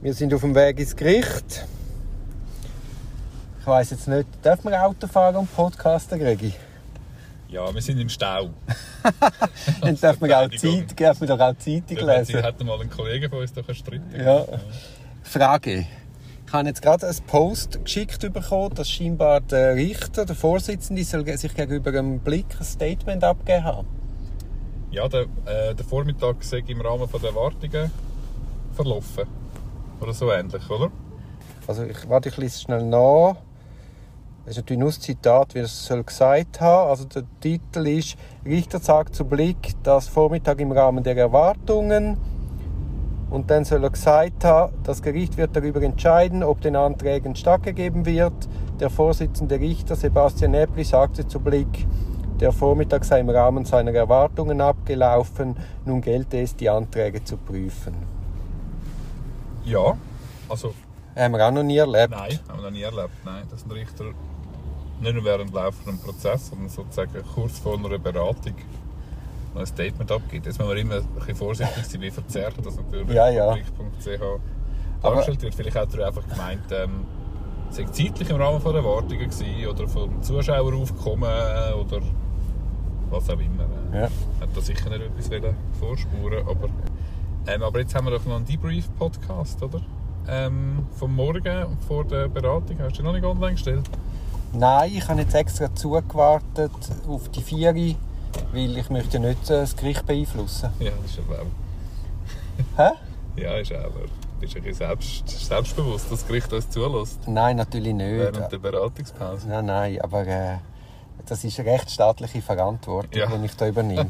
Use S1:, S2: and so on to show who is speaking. S1: Wir sind auf dem Weg ins Gericht. Ich weiß jetzt nicht, darf man Auto fahren und podcasten, Gregi?
S2: Ja, wir sind im Stau.
S1: Dann darf man, auch Zeit, darf man doch auch Zeitung
S2: Da hat,
S1: lesen.
S2: hat mal ein Kollege von uns doch gestritten.
S1: Ja. Frage. Ich habe jetzt gerade einen Post geschickt bekommen, dass scheinbar der Richter, der Vorsitzende, soll ge- sich gegenüber einem Blick ein Statement abgegeben haben.
S2: Ja, der, äh, der Vormittag sei im Rahmen von der Erwartungen verlaufen. Oder so ähnlich, oder?
S1: Also ich, warte, ich lese es schnell nach. Das ist natürlich nur das Zitat, wie er es soll gesagt haben. Also der Titel ist «Richter sagt zu Blick, dass Vormittag im Rahmen der Erwartungen...» Und dann soll er gesagt haben, das Gericht wird darüber entscheiden, ob den Anträgen stattgegeben wird. Der Vorsitzende Richter Sebastian Eppli sagte zu Blick, der Vormittag sei im Rahmen seiner Erwartungen abgelaufen. Nun gelte es, die Anträge zu prüfen.
S2: Ja. Also,
S1: Haben wir auch noch nie erlebt.
S2: nein, haben wir noch nie erlebt. Nein, dass ein Richter nicht nur während laufenden Prozess, sondern sozusagen kurz vor einer Beratung noch ein Statement abgibt. Jetzt müssen wir immer ein bisschen vorsichtig sein, wie verzerrt das natürlich
S1: Ja, ja.
S2: auf blick.ch dargestellt wird. Vielleicht hat er einfach gemeint, ähm, es sei zeitlich im Rahmen von Erwartungen gewesen oder vom Zuschaueraufkommen äh, oder was auch immer. äh.
S1: Ja.
S2: hat da sicher nicht etwas wollen vorspuren aber, ähm, aber jetzt haben wir doch noch einen Debrief-Podcast, oder? Ähm, vom Morgen vor der Beratung. Hast du den noch nicht online gestellt?
S1: Nein, ich habe jetzt extra zugewartet auf die Vieri, weil ich möchte nicht äh, das Gericht beeinflussen.
S2: Ja, das ist aber
S1: Hä?
S2: Ja, ist aber. Ist ein bisschen selbst, selbstbewusst, dass das Gericht uns zulässt
S1: Nein, natürlich nicht.
S2: während der Beratungspause.
S1: Nein, nein, aber äh, das ist rechtsstaatliche Verantwortung,
S2: Ja.
S1: die ich da übernehme.